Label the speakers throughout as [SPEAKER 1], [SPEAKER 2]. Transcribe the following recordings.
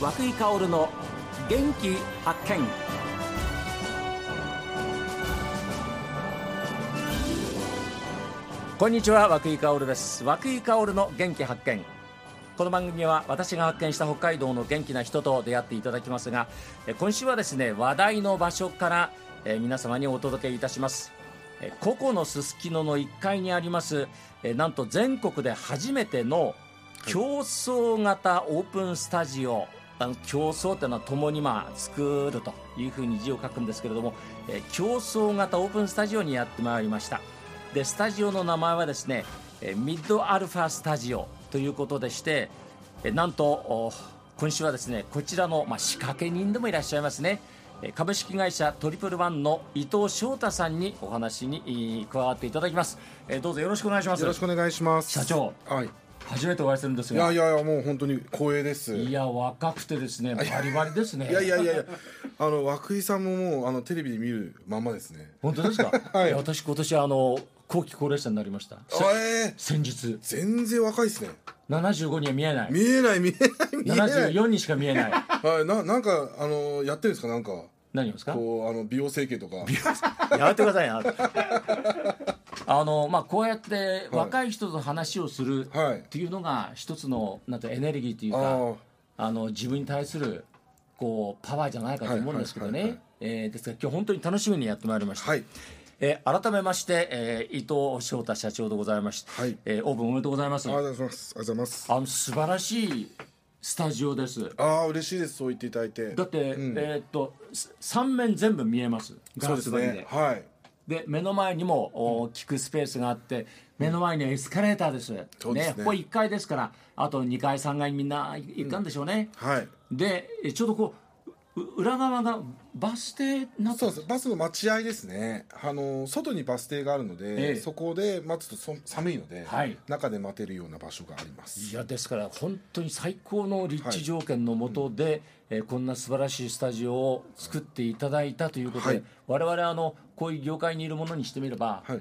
[SPEAKER 1] 和久井薫の元気発見こんにちは和久井薫です和久井薫の元気発見この番組は私が発見した北海道の元気な人と出会っていただきますがえ今週はですね話題の場所からえ皆様にお届けいたしますえ個々のすすきのの1階にありますえなんと全国で初めての競争型オープンスタジオ、あの競争というのは共にまあ作るというふうに字を書くんですけれども、えー競争型オープンスタジオにやってまいりましたでスタジオの名前はですね、えーミッドアルファスタジオということでして、えーなんとお今週はですねこちらの、まあ、仕掛け人でもいらっしゃいますねえー株式会社トリプルワンの伊藤翔太さんにお話にえー加わっていただきます、えーどうぞよろしくお願いします
[SPEAKER 2] よろしくお願いします
[SPEAKER 1] 社長
[SPEAKER 2] はい
[SPEAKER 1] 初めてお会いするんです
[SPEAKER 2] い
[SPEAKER 1] が
[SPEAKER 2] やいやいやもう本当に光栄です
[SPEAKER 1] い
[SPEAKER 2] い
[SPEAKER 1] や若くてですねバリバリですね
[SPEAKER 2] やいやいやいやあの和久井さんももうあのテレビで見るまんまですね
[SPEAKER 1] 本当です か、
[SPEAKER 2] はい
[SPEAKER 1] いや私今年あの後期高齢者になりました
[SPEAKER 2] あえー、
[SPEAKER 1] 先日
[SPEAKER 2] 全然若いですね
[SPEAKER 1] 75には見えない
[SPEAKER 2] 見えない見えない見えない
[SPEAKER 1] 74にしか見えない
[SPEAKER 2] はいななんかあのやってるんですかなんか
[SPEAKER 1] 何をですか
[SPEAKER 2] こうあの美容整形とか
[SPEAKER 1] やめてくださいよあのまあこうやって若い人と話をする
[SPEAKER 2] はい
[SPEAKER 1] っていうのが一つのなんてエネルギーという
[SPEAKER 2] あ
[SPEAKER 1] か、
[SPEAKER 2] ー
[SPEAKER 1] あの自分に対するこうパワーじゃないかと思うんですけど
[SPEAKER 2] はいはい
[SPEAKER 1] ねえーですから今日本当に楽しみにやってまいりました、
[SPEAKER 2] はい
[SPEAKER 1] えー改めまして、えー伊藤翔太社長でございまして、
[SPEAKER 2] はい
[SPEAKER 1] えーオープンおめでとうございます
[SPEAKER 2] ありがとうございますありがとうございます
[SPEAKER 1] あの素晴らしいスタジオです
[SPEAKER 2] ああ嬉しいですそう言っていただいて
[SPEAKER 1] だって、えーっとす三面全部見えますガ
[SPEAKER 2] そう
[SPEAKER 1] ラ
[SPEAKER 2] で
[SPEAKER 1] ス
[SPEAKER 2] す
[SPEAKER 1] 張りで
[SPEAKER 2] ねはい
[SPEAKER 1] で目の前にもお聞くスペースがあって目の前にはエスカレーターです,、
[SPEAKER 2] そうですね
[SPEAKER 1] ここ1階ですからあと2階3階にみんな行ったんでしょうね、
[SPEAKER 2] はい
[SPEAKER 1] でえちょうどこうう裏側がバス停になって
[SPEAKER 2] そう
[SPEAKER 1] る
[SPEAKER 2] ですバスの待合ですねあの外にバス停があるので、
[SPEAKER 1] ええ
[SPEAKER 2] そこで待つとそ寒いので、
[SPEAKER 1] はい
[SPEAKER 2] 中で待てるような場所がありま
[SPEAKER 1] い
[SPEAKER 2] す
[SPEAKER 1] やですから本当に最高の立地条件の下で、えーこんな素晴らしいスタジオを作っていただいたということで、
[SPEAKER 2] はい
[SPEAKER 1] 我々あのこういう業界にいるものにしてみれば、
[SPEAKER 2] はい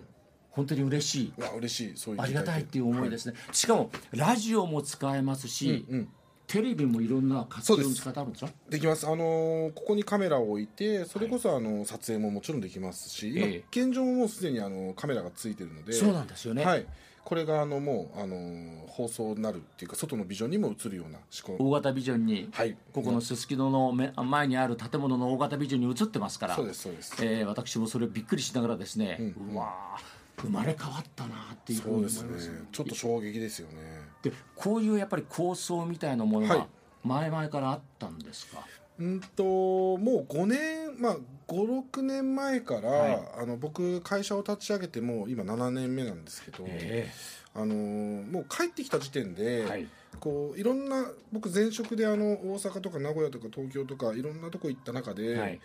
[SPEAKER 1] 本当に嬉しいう
[SPEAKER 2] わ嬉しいそういう
[SPEAKER 1] ありがたいっていう
[SPEAKER 2] は
[SPEAKER 1] 思いですね、しかもラジオも使えますし、テレビもいろんな活用の仕方あるんでしょ
[SPEAKER 2] できますあのーここにカメラを置いてそれこそ、あの撮影ももちろんできますし、今
[SPEAKER 1] ええ
[SPEAKER 2] 現状ももうすでにあのカメラがついてるので
[SPEAKER 1] そうなんですよね
[SPEAKER 2] はいこれがあのもうあのー放送になるっていうか外のビジョンにも映るような思考
[SPEAKER 1] 大型ビジョンに、
[SPEAKER 2] はい
[SPEAKER 1] ここのすすきののめ前にある建物の大型ビジョンに移ってますから
[SPEAKER 2] そうですそうです
[SPEAKER 1] えー私もそれびっくりしながらですね、うわー生まれ変わったなっていうふうに
[SPEAKER 2] そう
[SPEAKER 1] 思い
[SPEAKER 2] で
[SPEAKER 1] ますす
[SPEAKER 2] ねちょっと衝撃ですよね
[SPEAKER 1] でこういうやっぱり構想みたいなもの
[SPEAKER 2] は
[SPEAKER 1] はい前々からあったんですか、
[SPEAKER 2] うんともう5年まあ56年前から、
[SPEAKER 1] はい
[SPEAKER 2] あの僕会社を立ち上げてもう今7年目なんですけど、
[SPEAKER 1] え
[SPEAKER 2] あのーもう帰ってきた時点で、
[SPEAKER 1] はいい、
[SPEAKER 2] こういろんな僕前職であの大阪とか名古屋とか東京とかいろんなとこ行った中で、
[SPEAKER 1] はい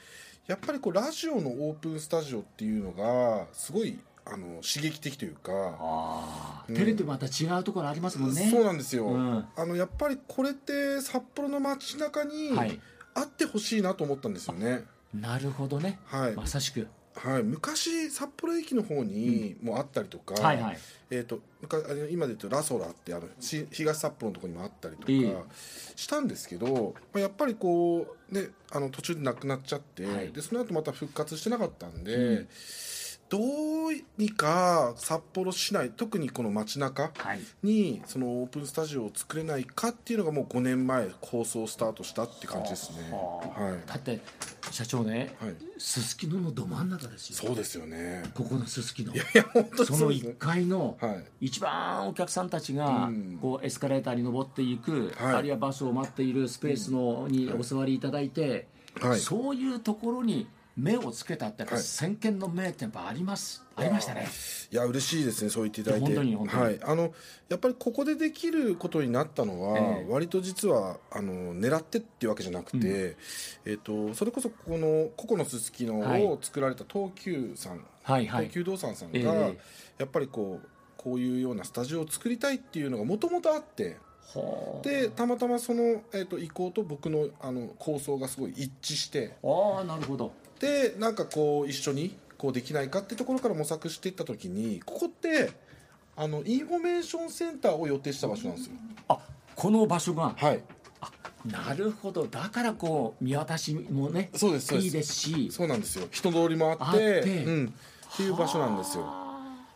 [SPEAKER 2] やっぱりこうラジオのオープンスタジオっていうのがすごいあの刺激的というか、
[SPEAKER 1] ああ、テレビとまた違うところありますもんね
[SPEAKER 2] そうなんですよ、
[SPEAKER 1] うん
[SPEAKER 2] あのやっぱりこれって札幌の街中に
[SPEAKER 1] はい
[SPEAKER 2] あってほしいなと思ったんですよね。
[SPEAKER 1] なるほどね、
[SPEAKER 2] はい
[SPEAKER 1] まさしく
[SPEAKER 2] はい、昔札幌駅の方にもあったりとか、
[SPEAKER 1] はいはい
[SPEAKER 2] えー、と昔あの今で言うとラソラってあのし東札幌のところにもあったりとか
[SPEAKER 1] いい
[SPEAKER 2] したんですけど、まあ、やっぱりこう、ね、あの途中でなくなっちゃって、
[SPEAKER 1] はい
[SPEAKER 2] でその後また復活してなかったんで、
[SPEAKER 1] うん
[SPEAKER 2] どうにか札幌市内特にこの街中
[SPEAKER 1] はい
[SPEAKER 2] にそのオープンスタジオを作れないかっていうのがもう5年前構想スタートしたって感じですね。は
[SPEAKER 1] だって社長ね
[SPEAKER 2] いはい、
[SPEAKER 1] すすきののど真ん中ですよ
[SPEAKER 2] そうですよね
[SPEAKER 1] ここのすすきの
[SPEAKER 2] いや本当に
[SPEAKER 1] そ
[SPEAKER 2] そ
[SPEAKER 1] の
[SPEAKER 2] うですね
[SPEAKER 1] 1階の
[SPEAKER 2] はい
[SPEAKER 1] 一番お客さんたちが
[SPEAKER 2] うん
[SPEAKER 1] こうエスカレーターに登っていく、
[SPEAKER 2] はい
[SPEAKER 1] あるいはバスを待っているスペースのにお座りいただいて、
[SPEAKER 2] はい
[SPEAKER 1] そういうところに目をつけたってやっぱ
[SPEAKER 2] はい
[SPEAKER 1] 先見の明ってやっぱありますありましたね
[SPEAKER 2] いや嬉しいですねそう言っていただい
[SPEAKER 1] い
[SPEAKER 2] て
[SPEAKER 1] や本当に本当に
[SPEAKER 2] はい、あのやっぱりここでできることになったのは、
[SPEAKER 1] ええ
[SPEAKER 2] 割と実はあの狙ってっていうわけじゃなくて、
[SPEAKER 1] うん
[SPEAKER 2] えっとそれこそここの「ここのすすきの」
[SPEAKER 1] はい
[SPEAKER 2] を作られた東急さん、
[SPEAKER 1] はいはい
[SPEAKER 2] 東急動産さんが、
[SPEAKER 1] ええ
[SPEAKER 2] やっぱりこうこういうようなスタジオを作りたいっていうのがもともとあって
[SPEAKER 1] ほう
[SPEAKER 2] でたまたまその、えっと意向と僕のあの構想がすごい一致して
[SPEAKER 1] ああなるほど
[SPEAKER 2] でなんかこう一緒にこうできないかってところから模索していった時にここってあのインフォメーションセンターを予定した場所なんですよ
[SPEAKER 1] あこの場所が
[SPEAKER 2] はい
[SPEAKER 1] なるほどだからこう見渡しもね
[SPEAKER 2] そうですそうです
[SPEAKER 1] いいですし
[SPEAKER 2] そうなんですよ人通りもあって
[SPEAKER 1] あって
[SPEAKER 2] うん、っていう場所なんですよ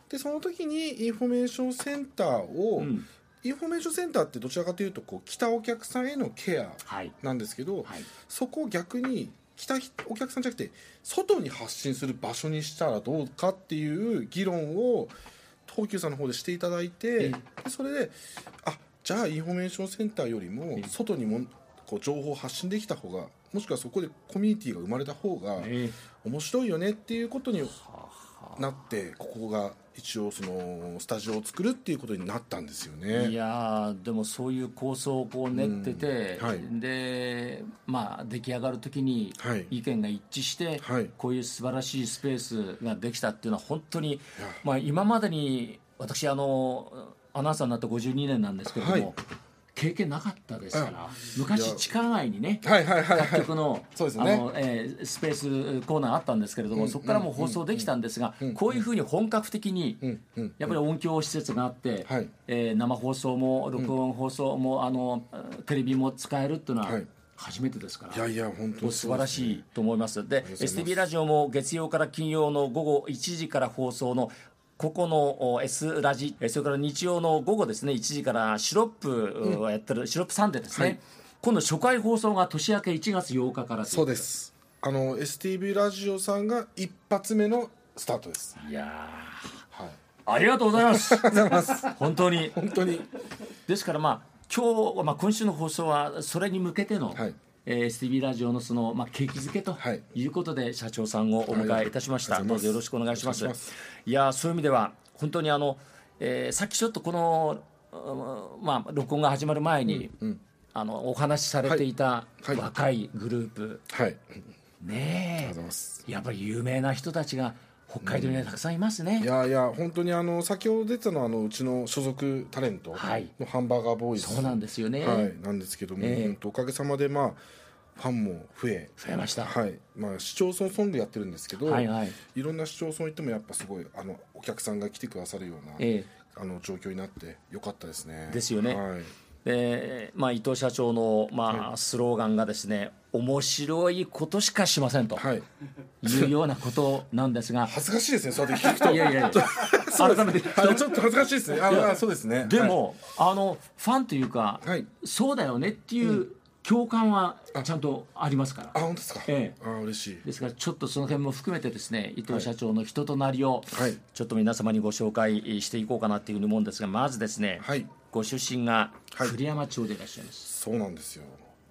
[SPEAKER 2] でその時にインフォメーションセンターを、
[SPEAKER 1] うん
[SPEAKER 2] インフォメーションセンターってどちらかというとこう来たお客さんへのケア
[SPEAKER 1] はい
[SPEAKER 2] なんですけど、
[SPEAKER 1] はい
[SPEAKER 2] そこを逆に来た人お客さんじゃなくて外に発信する場所にしたらどうかっていう議論を東急さんの方でしていただいて、
[SPEAKER 1] え
[SPEAKER 2] でそれであじゃあインフォメーションセンターよりも
[SPEAKER 1] え
[SPEAKER 2] 外にもこう情報を発信できた方がもしくはそこでコミュニティが生まれた方が
[SPEAKER 1] え
[SPEAKER 2] 面白いよねっていうことに
[SPEAKER 1] はは
[SPEAKER 2] なってここが一応そのスタジオを作るっていうことになったんですよね。
[SPEAKER 1] いやーでもそういう構想をこう練ってて、
[SPEAKER 2] うんはい
[SPEAKER 1] でまあ出来上がる時に
[SPEAKER 2] はい
[SPEAKER 1] 意見が一致して、
[SPEAKER 2] はい
[SPEAKER 1] こういう素晴らしいスペースができたっていうのは本当に、まあ、今までに私あのアナウンサーになって52年なんですけれども、
[SPEAKER 2] はい
[SPEAKER 1] 経験なかったですから昔地下街にね
[SPEAKER 2] はいはいはいはい
[SPEAKER 1] 楽曲の
[SPEAKER 2] そうですよね
[SPEAKER 1] あのえースペースコーナーあったんですけれども、そこからもう放送できたんですが、こういうふうに本格的に、
[SPEAKER 2] うんうん
[SPEAKER 1] やっぱり音響施設があって、
[SPEAKER 2] はい
[SPEAKER 1] えー生放送も録音放送も、あのテレビも使えるっていうのは
[SPEAKER 2] はい
[SPEAKER 1] 初めてですから、
[SPEAKER 2] いやいや本当に
[SPEAKER 1] 素晴ら
[SPEAKER 2] い
[SPEAKER 1] しいと思います。で、
[SPEAKER 2] とうございます
[SPEAKER 1] STB ラジオも月曜から金曜の午後1時から放送のここのお S ラジ、えそれから日曜の午後ですね、1時からシロップをやってる、シロップサンデーですね。
[SPEAKER 2] はい
[SPEAKER 1] 今度初回放送が年明け1月8日からとい
[SPEAKER 2] そうですあの STV ラジオさんが一発目のスタートです
[SPEAKER 1] いや
[SPEAKER 2] はい
[SPEAKER 1] ーありがとうございます。 ありがとうござい ます。本当に。
[SPEAKER 2] 本当に
[SPEAKER 1] ですからまあ今日、まあ、今週の放送はそれに向けての、
[SPEAKER 2] はい
[SPEAKER 1] えー STB ラジオのその、まあ、景気づけと
[SPEAKER 2] はい
[SPEAKER 1] いうことで、社長さんをお迎えいたしました、
[SPEAKER 2] はいあり
[SPEAKER 1] ど
[SPEAKER 2] がとうございま
[SPEAKER 1] う
[SPEAKER 2] す
[SPEAKER 1] ぞよろしくお願いしますい
[SPEAKER 2] お願いします
[SPEAKER 1] やーそういう意味では本当にあの、えーさっきちょっとこの、うんまあ、録音が始まる前に、あのお話しされていた
[SPEAKER 2] はいはい
[SPEAKER 1] 若いグループ、
[SPEAKER 2] はいありがとう
[SPEAKER 1] ね
[SPEAKER 2] ございます
[SPEAKER 1] えやっぱり有名な人たちが北海道にはたくさんいますね、
[SPEAKER 2] いやいや本当にあの先ほど出てたのはあのうちの所属タレントの
[SPEAKER 1] はい
[SPEAKER 2] ハンバーガーボーイズ、
[SPEAKER 1] そうなんですよね、
[SPEAKER 2] はい、なんですけども、
[SPEAKER 1] ええ
[SPEAKER 2] 本当おかげさまでまあファンも増え
[SPEAKER 1] 増えました、
[SPEAKER 2] はいまあ、市町村ソングやってるんですけど、
[SPEAKER 1] はいはい
[SPEAKER 2] ろんな市町村行ってもやっぱすごいあのお客さんが来てくださるような、
[SPEAKER 1] ええ
[SPEAKER 2] あの状況になってよかったですね。
[SPEAKER 1] ですよね
[SPEAKER 2] はい
[SPEAKER 1] でまあ、伊藤社長の、まあ、スローガンがですね、面白いことしかしませんと
[SPEAKER 2] はい、
[SPEAKER 1] いうようなことなんです が、
[SPEAKER 2] 恥ずかしいですね、そうやって聞くと。
[SPEAKER 1] い、やいやいや、
[SPEAKER 2] そうです
[SPEAKER 1] 改めて、
[SPEAKER 2] はいちょっと恥ずかしいですね。あまあそうですね。
[SPEAKER 1] でも、あのファンというか、
[SPEAKER 2] はい
[SPEAKER 1] そうだよねっていう共感はちゃんとありますから、
[SPEAKER 2] はい、あ、本当ですか。
[SPEAKER 1] え
[SPEAKER 2] あ、嬉しい。
[SPEAKER 1] ですから、ちょっとその辺も含めて、ですね伊藤社長の人となりを、
[SPEAKER 2] はい
[SPEAKER 1] ちょっと皆様にご紹介していこうかなというふうに思うんですが、まずですね、
[SPEAKER 2] はい
[SPEAKER 1] ご出身が
[SPEAKER 2] はい
[SPEAKER 1] 栗山町でいらっしゃいます。
[SPEAKER 2] そうなんですよ。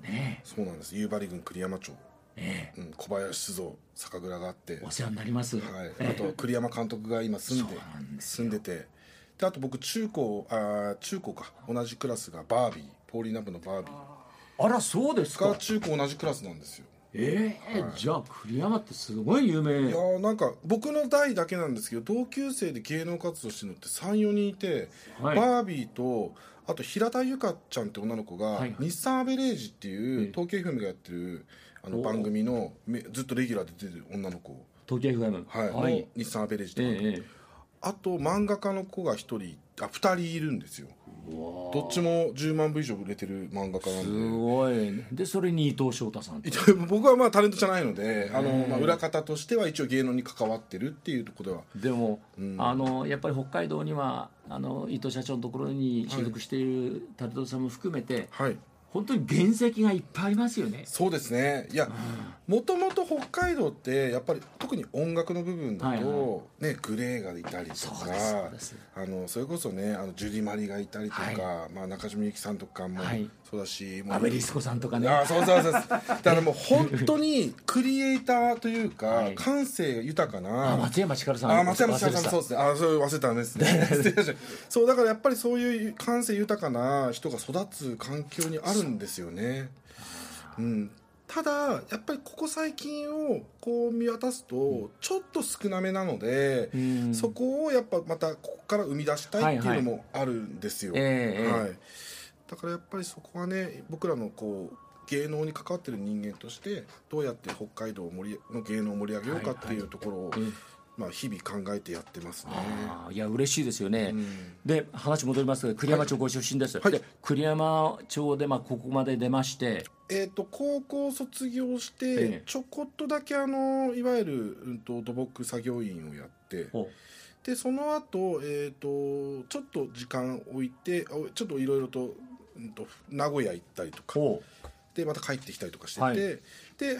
[SPEAKER 1] ね
[SPEAKER 2] そうなんです。夕張郡栗山町。
[SPEAKER 1] ええ
[SPEAKER 2] うん、小林酒造、酒蔵があって。
[SPEAKER 1] お世話になります。
[SPEAKER 2] はい、
[SPEAKER 1] ええ
[SPEAKER 2] あと栗山監督が今住んで
[SPEAKER 1] そうなん
[SPEAKER 2] 住んでてであと僕中高あー中高か同じクラスがバービーポーリーナブのバービー
[SPEAKER 1] あらそうです
[SPEAKER 2] が
[SPEAKER 1] か。
[SPEAKER 2] 中高同じクラスなんですよ
[SPEAKER 1] ええじゃあ栗山ってすごい有名
[SPEAKER 2] いや。ーなんか僕の代だけなんですけど同級生で芸能活動してるのって34人いて、
[SPEAKER 1] はい
[SPEAKER 2] バービーとあと平田由香ちゃんって女の子が、
[SPEAKER 1] はい
[SPEAKER 2] 日産アベレージってい
[SPEAKER 1] ええ
[SPEAKER 2] う東京 FM がやってるあの
[SPEAKER 1] おー
[SPEAKER 2] 番組のめずっとレギュラーで出てる女の子、
[SPEAKER 1] 東京 FM。
[SPEAKER 2] はい
[SPEAKER 1] はい。
[SPEAKER 2] の日産アベレージと
[SPEAKER 1] え
[SPEAKER 2] か、
[SPEAKER 1] え
[SPEAKER 2] あと漫画家の子が1人あ2人いるんですよどっちも10万部以上売れてる漫画家な
[SPEAKER 1] す
[SPEAKER 2] んで
[SPEAKER 1] ごい。でそれに伊藤翔太さん。
[SPEAKER 2] 一応 僕はまあタレントじゃないのであの、まあ、裏方としては一応芸能に関わってるっていうところで
[SPEAKER 1] で
[SPEAKER 2] は
[SPEAKER 1] も、あのやっぱり北海道にはあの伊藤社長のところに所属しているタレントさんも含めて、
[SPEAKER 2] はい
[SPEAKER 1] 本当に原石がいっぱいありますよね。
[SPEAKER 2] そうですねいやもともと北海道ってやっぱり特に音楽の部分だと、ね、グレーがいたりと
[SPEAKER 1] そうですそう
[SPEAKER 2] か
[SPEAKER 1] です
[SPEAKER 2] あのそれこそねあのジュディ・マリがいたりとか、まあ、中島みゆきさんとかも
[SPEAKER 1] はい
[SPEAKER 2] そうだし、もう
[SPEAKER 1] アベリスコさんとかね。
[SPEAKER 2] ああそうそうそうそうだからもう本 当にクリエイターというか、
[SPEAKER 1] はい
[SPEAKER 2] 感性が豊かな
[SPEAKER 1] あ松山千春さん。
[SPEAKER 2] あ松山千春
[SPEAKER 1] 忘れてた
[SPEAKER 2] さんそうですねあそれ忘れてたんで すね失礼しましたそうだからやっぱりそういう感性豊かな人が育つ環境にあるんですよねうんただやっぱりここ最近をこう見渡すとちょっと少なめなので、
[SPEAKER 1] ん
[SPEAKER 2] そこをやっぱまたここから生み出したいっていうのもあるんですよ、
[SPEAKER 1] はいはいええええ
[SPEAKER 2] はい、だからやっぱりそこはね僕らのこう芸能に関わってる人間としてどうやって北海道を盛りの芸能を盛り上げようかっていうところを、
[SPEAKER 1] ん
[SPEAKER 2] まあ、日々考えてやってますね。
[SPEAKER 1] あーいや嬉しいですよね、
[SPEAKER 2] ん
[SPEAKER 1] で話戻りますが栗山町ご出身です、
[SPEAKER 2] はい
[SPEAKER 1] で栗山町でまあここまで出まして
[SPEAKER 2] えー、と高校卒業し
[SPEAKER 1] ええ
[SPEAKER 2] てちょこっとだけあのいわゆる、うん、と土木作業員をやって
[SPEAKER 1] お
[SPEAKER 2] でその後、えー、とちょっと時間置いておちょっといろいろと,、うん、と名古屋行ったりとか
[SPEAKER 1] お
[SPEAKER 2] でまた帰ってきたりとかしてて、
[SPEAKER 1] はい
[SPEAKER 2] で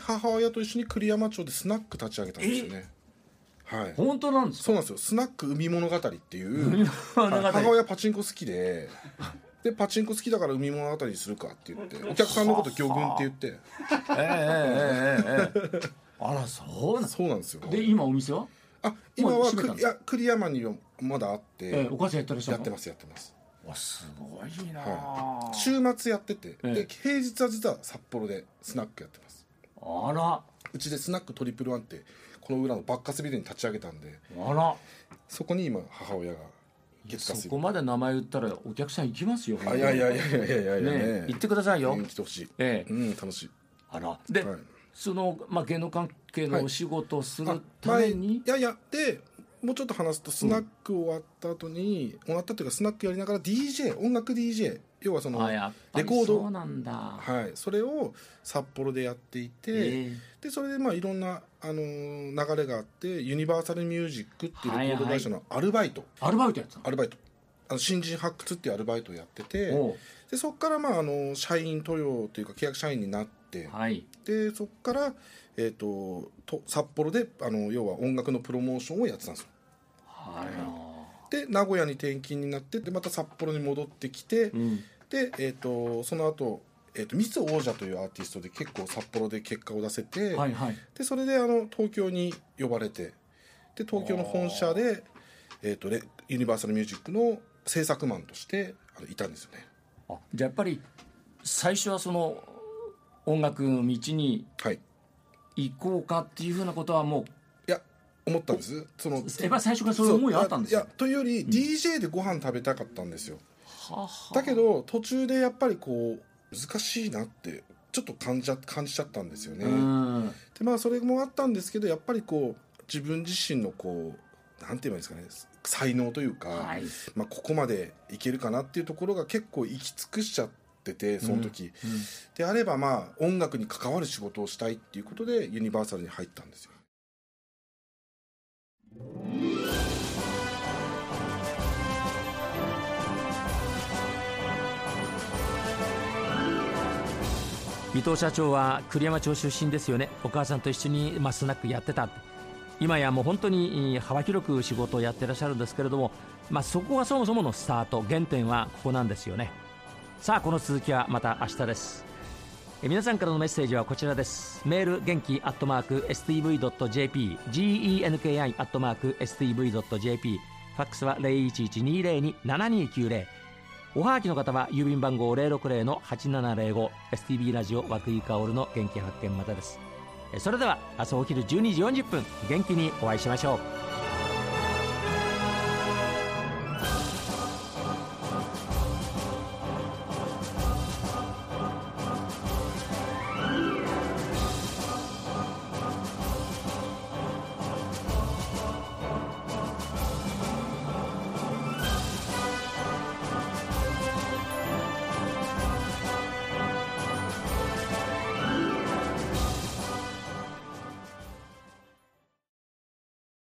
[SPEAKER 2] 母親と一緒に栗山町でスナック立ち上げたんですよね。はい、
[SPEAKER 1] 本当なんですか
[SPEAKER 2] そうなんですよ「スナック海物語」っていう
[SPEAKER 1] 物語
[SPEAKER 2] はい母親パチンコ好きででパチンコ好きだから海物語にするかって言ってお客さんのこと魚群って言って
[SPEAKER 1] ええええええええあらそうなん
[SPEAKER 2] そうなんですよ
[SPEAKER 1] で今お店は、
[SPEAKER 2] あ今
[SPEAKER 1] もう
[SPEAKER 2] は
[SPEAKER 1] 閉めたの
[SPEAKER 2] くいや栗山にはまだあっ
[SPEAKER 1] ええ
[SPEAKER 2] て
[SPEAKER 1] お母さんやってらっしゃ
[SPEAKER 2] や
[SPEAKER 1] る
[SPEAKER 2] っ
[SPEAKER 1] の
[SPEAKER 2] てますやってます
[SPEAKER 1] わすごいなあ、
[SPEAKER 2] は週末やってて
[SPEAKER 1] ええ
[SPEAKER 2] で平日は実は札幌でスナックやってます
[SPEAKER 1] あら
[SPEAKER 2] うちでスナックトリプルワンってこの裏のバッカスビルに立ち上げたんで
[SPEAKER 1] あら
[SPEAKER 2] そこに今母親が月火
[SPEAKER 1] そ
[SPEAKER 2] 水
[SPEAKER 1] こまで名前言ったらお客さん行きますよ
[SPEAKER 2] あいやいやいやいやいやいやいや
[SPEAKER 1] ねえ行ってくださいよ、
[SPEAKER 2] うん来てほしい
[SPEAKER 1] ええ
[SPEAKER 2] うん楽しい
[SPEAKER 1] あらで、
[SPEAKER 2] はい
[SPEAKER 1] その、まあ、芸能関係のお仕事をす
[SPEAKER 2] あ
[SPEAKER 1] るために、
[SPEAKER 2] 前いやいやでもうちょっと話すとスナック終わった後に、終わったというかスナックやりながら DJ 音楽 DJ 要はその
[SPEAKER 1] あやっぱ
[SPEAKER 2] レ
[SPEAKER 1] り
[SPEAKER 2] コード
[SPEAKER 1] そうなんだ、
[SPEAKER 2] はい、それを札幌でやっていて、
[SPEAKER 1] え
[SPEAKER 2] でそれでまあいろんな、あのー流れがあってユニバーサルミュージックっていうレコード会社のアルバイト、
[SPEAKER 1] えアルバイトやってたの
[SPEAKER 2] アルバイトあの新人発掘っていうアルバイトをやってて
[SPEAKER 1] おう
[SPEAKER 2] でそこからまあ、あのー社員登用というか契約社員になって、
[SPEAKER 1] はい
[SPEAKER 2] でそこから、えー、とと札幌であの要は音楽のプロモーションをやってたんですよ
[SPEAKER 1] あら
[SPEAKER 2] で名古屋に転勤になってでまた札幌に戻ってきて、
[SPEAKER 1] うん
[SPEAKER 2] で、えー、とその後、えー、とミス王者というアーティストで結構札幌で結果を出せて、
[SPEAKER 1] はいはい
[SPEAKER 2] でそれであの東京に呼ばれてで東京の本社で、えー、とレユニバーサルミュージックの制作マンとしてあのいたんですよね
[SPEAKER 1] あじゃあやっぱり最初はその音楽の道に
[SPEAKER 2] はいい
[SPEAKER 1] 行こうかっていうふうなことはも
[SPEAKER 2] や思ったんですその
[SPEAKER 1] うやっぱり最初からそういう思いあったんです
[SPEAKER 2] い
[SPEAKER 1] よ
[SPEAKER 2] やというより DJ でご飯食べたかったんですよ、
[SPEAKER 1] はは
[SPEAKER 2] だけど途中でやっぱりこう難しいなってちょっと感じちゃ感じちゃったんですよね、
[SPEAKER 1] うん
[SPEAKER 2] でまあそれもあったんですけどやっぱりこう自分自身のこうなんて言えばいいんですかね才能というか、
[SPEAKER 1] はい
[SPEAKER 2] まあ、ここまでいけるかなっていうところが結構行き尽くしちゃっててその時、であればまあ音楽に関わる仕事をしたいっていうことでユニバーサルに入ったんですよ
[SPEAKER 1] 伊藤社長は栗山町出身ですよねお母さんと一緒に、まあ、スナックやってた今やもう本当にえー幅広く仕事をやってらっしゃるんですけれども、まあ、そこがそもそものスタート原点はここなんですよねさあこの続きはまた明日ですえー皆さんからのメッセージはこちらですメール元気アットマーク STV.jp genki アットマーク STV.jp ファックスは0112027290おはがきの方は郵便番号060-8705 STB ラジオ和久井薫の元気発見またですえそれでは明日お昼12時40分元気にお会いしましょう